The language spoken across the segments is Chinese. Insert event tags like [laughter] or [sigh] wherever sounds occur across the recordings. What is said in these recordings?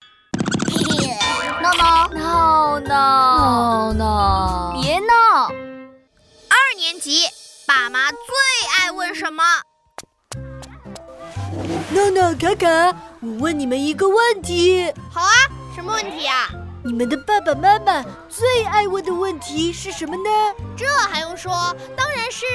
哦闹闹、卡卡，我问你们一个问题：好啊，什么问题啊？你们的爸爸妈妈最爱问的问题是什么呢？这还用说？当然是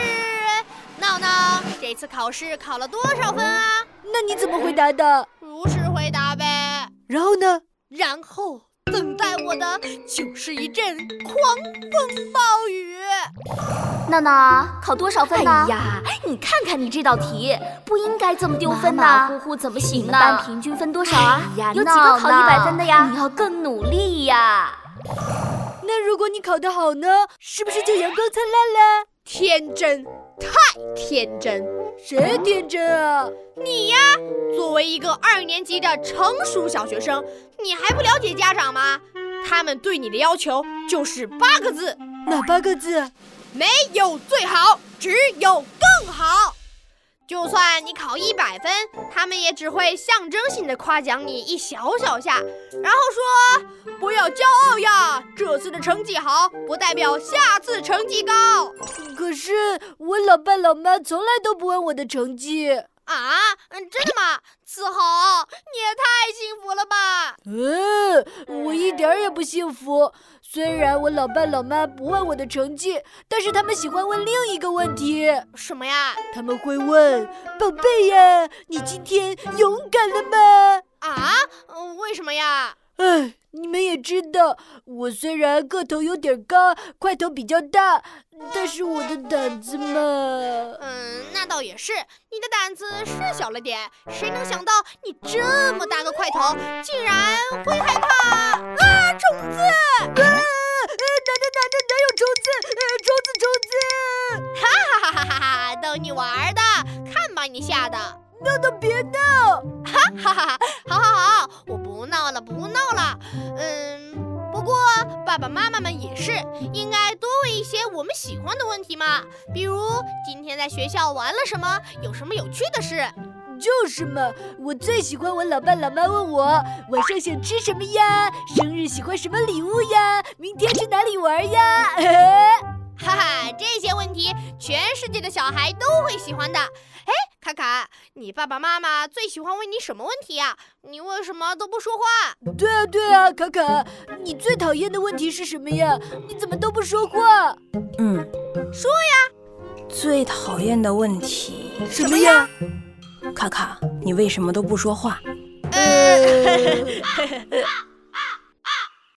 闹闹，这次考试考了多少分啊？那你怎么回答的？如实回答呗。然后呢？然后等待我的就是一阵狂风暴雨。闹闹，啊考多少分呢？哎呀，你看看你这道题，不应该这么丢分呐、马马虎虎怎么你行们呢？班平均分多少啊？哎呀有几个考闹闹一百分的呀？你要更努力呀！那如果你考得好呢？是不是就阳光灿烂了？天真，太天真！谁天真啊？你呀，作为一个二年级的成熟小学生，你还不了解家长吗？他们对你的要求就是八个字：哪八个字？没有最好，只有更好。就算你考一百分，他们也只会象征性的夸奖你一小小下，然后说不要骄傲呀，这次的成绩好不代表下次成绩高。可是我老爸老妈从来都不问我的成绩。啊，嗯，真的吗？子豪，你也太幸福了吧！嗯，我一点儿也不幸福。虽然我老爸老妈不问我的成绩，但是他们喜欢问另一个问题，什么呀？他们会问：“宝贝呀，你今天勇敢了吗啊，嗯为什么呀？？”哎，你们也知道，我虽然个头有点高，块头比较大，但是我的胆子嘛……嗯，那倒也是，你的胆子是小了点，谁能想到你这么大个块头，竟然会害怕啊虫子？呃，哪哪哪哪哪有虫子？呃，虫子虫子！哈哈哈哈哈，逗你玩儿的，看把你吓的！闹闹别闹！ [laughs] 哈哈哈，好好好，我不闹了，不闹了。嗯，不过爸爸妈妈们也是应该多问一些我们喜欢的问题嘛，比如今天在学校玩了什么，有什么有趣的事。就是嘛，我最喜欢我老爸老妈问我晚上想吃什么呀，生日喜欢什么礼物呀，明天去哪里玩呀？ [laughs] 哈哈，这些问题全世界的小孩都会喜欢的。哎，卡卡，你爸爸妈妈最喜欢问你什么问题呀、你为什么都不说话？对啊对啊，卡卡，你最讨厌的问题是什么呀？你怎么都不说话？嗯，说呀。最讨厌的问题，什么呀？卡卡，你为什么都不说话？呃